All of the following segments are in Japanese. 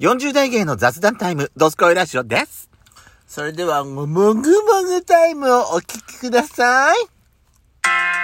40代芸の雑談タイム、ドスコイラジオです。それでは、もぐもぐタイムをお聞きください。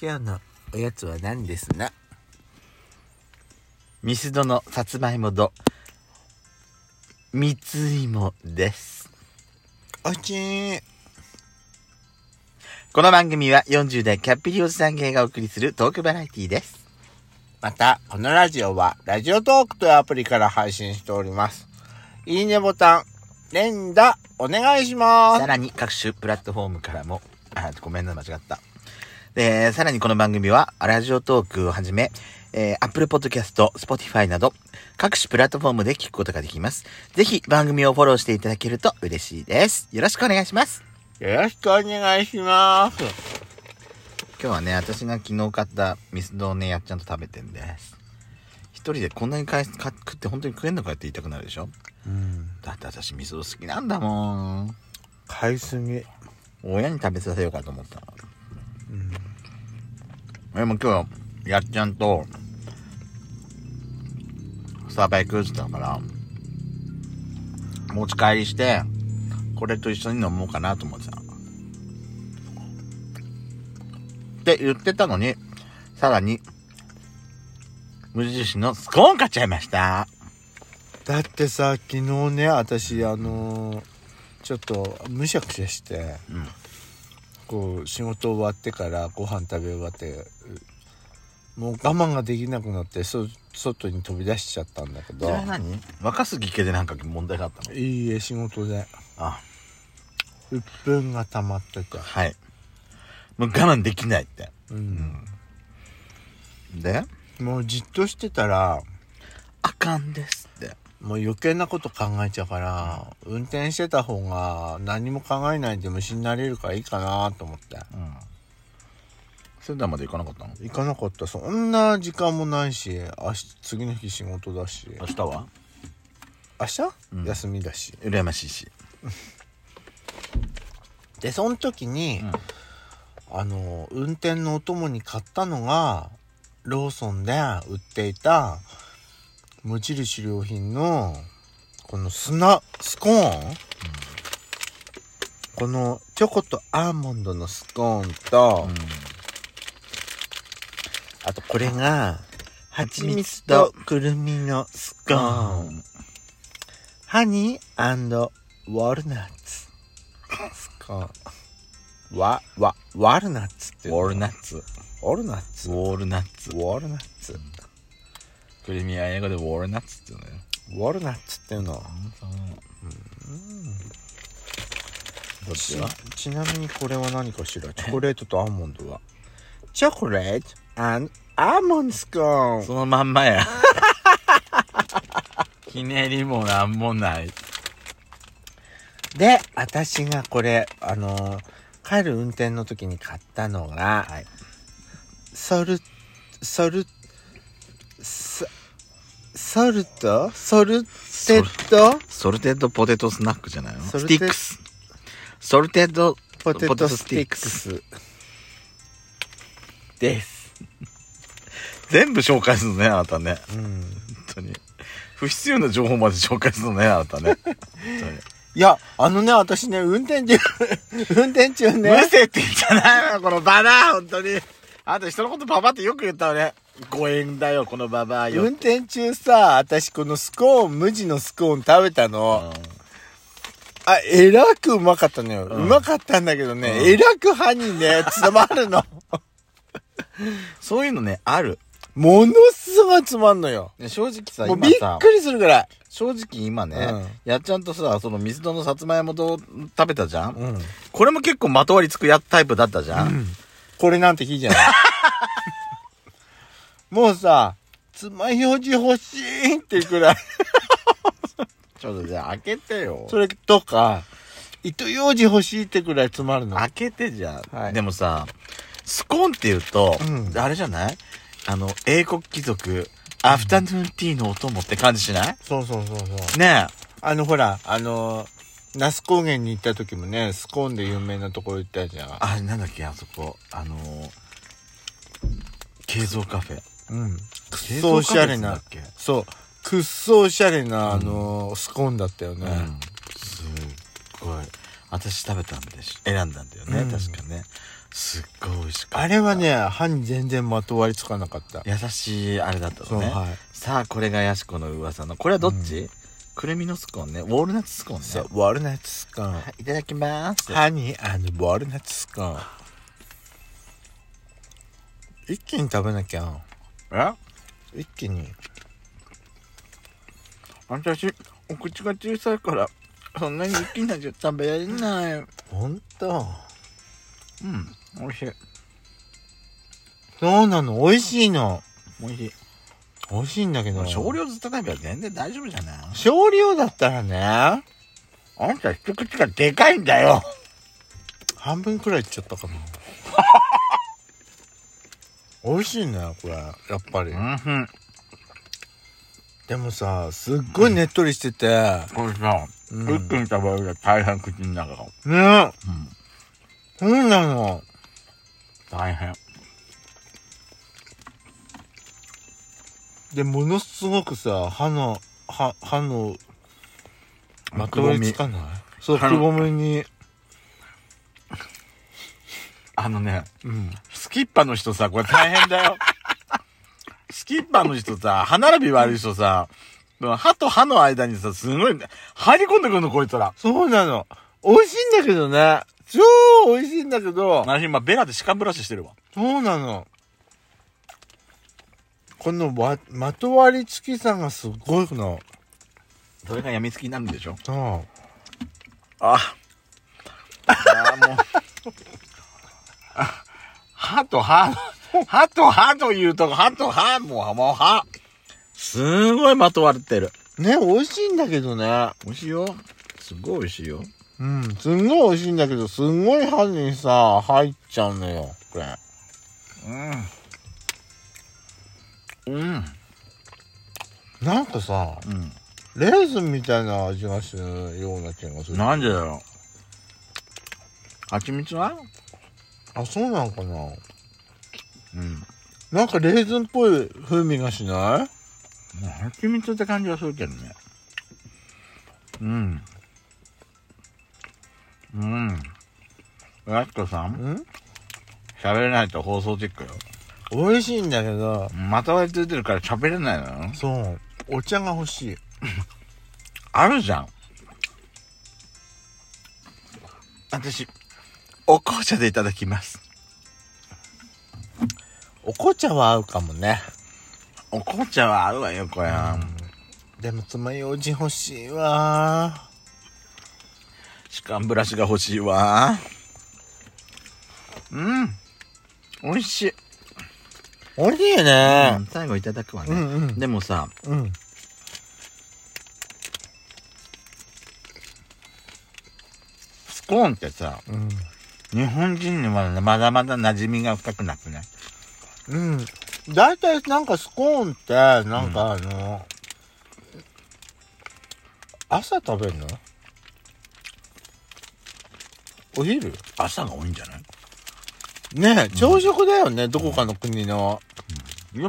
今日のおやつは何ですなミスドのさつまいもと、みついもです。おいしい。この番組は40代キャッピリおじさん芸がお送りするトークバラエティです。また、このラジオは、ラジオトークというアプリから配信しております。いいねボタン、連打、お願いしますさ。らに各種プラットフォームからも、あ、ごめんな、間違った。で、さらにこの番組は、ラジオトークをはじめ、えー、Apple Podcast、Spotify など、各種プラットフォームで聞くことができます。ぜひ番組をフォローしていただけると嬉しいです。よろしくお願いします。よろしくお願いします。今日はね私が昨日買ったミスドをねやっちゃんと食べてんです一人でこんなに買い買食って本当に食えんのかよって言いたくなるでしょうん。だって私ミスド好きなんだもん買いすぎ。親に食べさせようかと思ったでも今日やっちゃんとスタバ行くって言ってたから持ち帰りしてこれと一緒に飲もうかなと思ってたって言ってたのにさらに無印のスコーン買っちゃいましただってさ、昨日ね、私、あのーちょっとむしゃくしゃして、んこう、仕事終わってから、ご飯食べ終わって、もう我慢ができなくなって、そ外に飛び出しちゃったんだけそどれ、は何若杉家でなんか問題があったのいいえ、仕事で、あ鬱憤が溜まってて。はいもう我慢できないってうん。でもうじっとしてたら、あかんですってもう余計なこと考えちゃうから、運転してた方が何も考えないで虫になれるからいいかなと思って。仙台まで行かなかったの行かなかった。そんな時間もないし、明日、次の日仕事だし、明日は明日、休みだし。羨ましいしで、その時に、あの、運転のお供に買ったのが、ローソンで売っていた、無印良品の、この砂、スコーン、このチョコとアーモンドのスコーンと、あとこれが、蜂蜜とくるみのスコーン。ハニーウォルナッツ。スコーン。わ、わ、ワルナッツってウいうォのールナッツウォルナッツ。ウウォールナッツォルナッツ。クリミア英語でウォールナッツって言うのよウォルナッツっていうの。どっちちはちなみにこれは何かしらチョコレートとアーモンドは。チョコレートアーモンドスコーン。そのまんまや ひねりもなんもないで、私がこれ、あのー帰る運転の時に買ったのが、はいソル、ソル、ソソルトソルテッドソルテッドポテトスナックじゃないのスソルテティックスソルテッドポテトスティックス。です。全部紹介するのねあなたねうん。本当に不必要な情報まで紹介するのねあなたね本当にいや、あのね、私ね、運転中、 運転中むね、せって言うんじゃないのこのババア、本当に。あと人のことババアってよく言ったわね。ご縁だよ、このババアよ。運転中さ、私このスコーン、無地のスコーン食べたの。あ、えらくうまかったのよ。うまかったんだけどね、えらく歯にね、 詰まるの。そういうのね、ある。ものすごい詰まんのよ。ね正直さ、もう今びっさ、くりするぐらい。正直今ね、うんやっちゃんとさ、その水戸のさつまいもと食べたじゃん、んこれも結構まとわりつくやタイプだったじゃん、これなんていいじ ゃない。もうさ、爪楊枝欲しいっていうくらい。ちょっとじゃあ開けてよ。それとか、糸楊枝欲しいってくらい詰まるの。開けてじゃん、はいでもさ、スコーンって言うと、うんあれじゃないあの、英国貴族、アフタヌーンティーのお供って感じしないそうそうそうそう。ねえ。あのほら、あの那須高原に行った時もねスコーンで有名なところ行ったじゃんあなんだっけあそこあのー、敬蔵カフェうんくっ敬そ蔵おカしフゃェっつれうんだなっけそうくっそおしゃれな、あのスコーンだったよね、うんすっごい私食べたんでし選んだんだよね、うん確かねすっごい美味しかったあれはね歯に全然まとわりつかなかった優しいあれだったそうのね、はいさあこれがやしこの噂のこれはどっち、くるみのスコーンねウォールナッツスコーンねそうウォルナッツスコーンはいいただきますハニーボールナッツスコーン一気に食べなきゃえ一気に私お口が小さいからそんなに大きいのじゃ食べられないうんほんと美味しいそうなの美味しいの美味しい美味しいんだけど少量ずっと食べば全然大丈夫じゃない少量だったらねあんた一口がでかいんだよ半分くらいいっちゃったかな美味しいねこれやっぱりうんでもさすっごいねっとりしてて、これさうん一気に食べると大変口の中がねそうなの大変でものすごくさ歯の歯歯のまとわりつかないそう歯くのぼみにあのねうんスキッパの人さこれ大変 だよスキッパの人さ歯並び悪い人さ歯と歯の間にさすごい入り込んでくるのこいつらそうなの美味しいんだけどね超美味しいんだけど私今ベラで歯間ブラシしてるわそうなのこのわまとわりつきさがすごいのそれがやみつきになるんでしょああああもう歯と歯歯と歯というと歯と歯もうもう歯すごいまとわれてるね美味しいんだけどね美味しいよすごい美味しいようんすんごい美味しいんだけどすんごい歯にさ入っちゃうのよこれうんうんなんかさうレーズンみたいな味がするような気がすんるなんでだよ蜂蜜はあそうなんかなうんなんかレーズンっぽい風味がしない蜂蜜って感じはするけどねうんうんやすこさんん喋れないと放送チェックよ美味しいんだけどまた割りついてるから喋れないのよそうお茶が欲しいあるじゃん私お紅茶でいただきますお紅茶は合うかもねお紅茶は合うわよこれは、でも爪楊枝欲しいわ歯間ブラシが欲しいわうん美味しい、美味しいうねん最後いただくわね、うんうんでもさうんスコーンってさうん日本人にはまだまだ馴染みが深くなくないうん大体なんかスコーンってなんかあの、朝食べるのお昼朝が多いんじゃないねえ朝食だよね、どこかの国のでも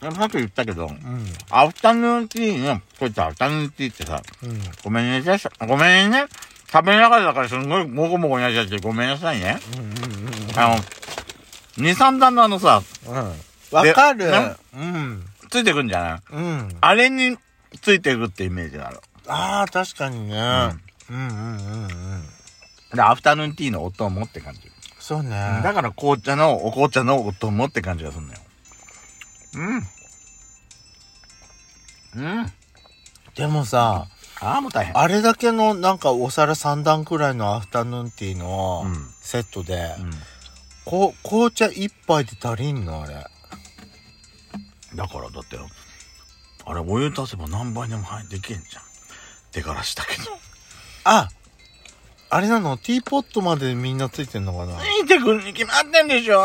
でもさっき言ったけどうんアフタヌーンティーのこいつアフタヌーンティーってさうんごめんねさごめんね食べながらだからすんごいもごもごになっちゃってごめんなさいねあの23段のあのさうんわかるでねうんついてくんじゃないうんあれについていくってイメージがある。ああ確かにね、うん、うんうんうんで、アフタヌーンティーのお供って感じ。そうねだから紅茶の、お紅茶のお供って感じがするのよ。うん。うん。でもさああ、もう大変。あれだけのなんかお皿3段くらいのアフタヌーンティーのうんセットで、うん。こ紅茶1杯で足りんのあれだからだって、あれお湯足せば何倍でも入できんじゃん。手からしたけど。ああれなのティーポットまでみんなついてんのかなついてくるに決まってんでしょう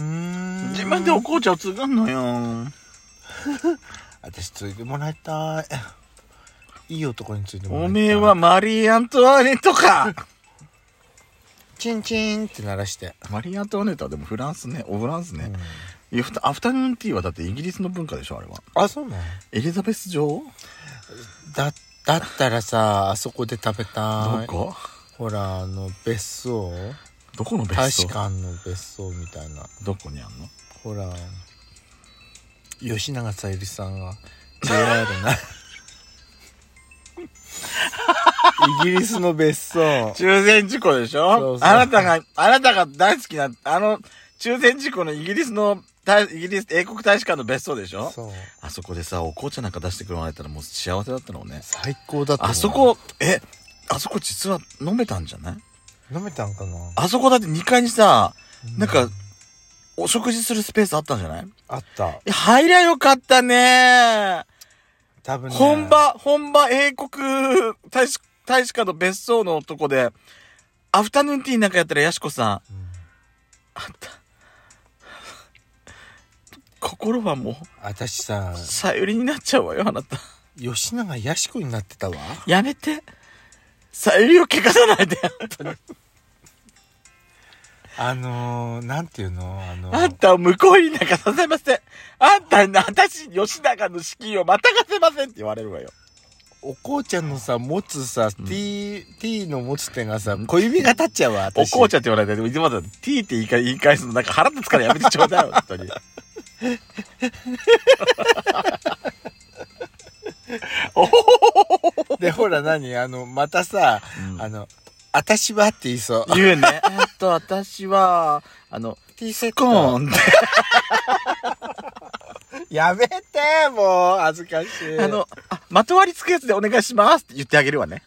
ーん自分でお紅茶をつぐんのよ。私ついてもらいたいい い男についてもおめえはマリー・アントワネットかチンチンって鳴らして、マリー・アントワネットはでもフランスね、オフランスうねん。いやふたアフタヌーンティーはだってイギリスの文化でしょ、あれは。あそうなんエリザベス女王だだったらさあそこで食べたどいこほらあの別荘どこの別荘大使館の別荘みたいなどこにあんのほら吉永小百合さんが JR なイギリスの別 荘中禅寺湖でしょそうそうあなたが、あなたが大好きな、あの、中禅寺湖のイギリスの、大イギリス、英国大使館の別荘でしょそうあそこでさ、お紅茶なんか出してくれられたらもう幸せだったのね。最高だったあそこ、え、あそこ実は飲めたんじゃない飲めたんかなあそこだって2階にさ、なんうか、お食事するスペースあったんじゃないあったえ入りゃよかったね多分、ね、本場、本場英国大使、大使館の別荘のとこで、アフタヌーンティーなんかやったらやしこさん、うんあった。心はもう、私ささゆりになっちゃうわよ、あなた。吉永やしこになってたわやめて。さゆりを怪我さないで。あのー、なんていうのあのあんたを向こうになんかさせません。あんたに、私、吉永の資金をまたがせませんって言われるわよ。お紅茶のさ持つさ、ティーティーの持つ手がさ小指が立っちゃうわお私紅茶って言われて、でも今まで T って言いか言い返すのなんか腹立つからやめてちょうだいよ、本当に。でほら何あのまたさ、うんあの「あたしは」って言いそう言うね。 あと、私は、あの、ティーセッコーンって、やめてもう恥ずかしいあの、あ、まとわりつくやつでお願いしますって言ってあげるわね。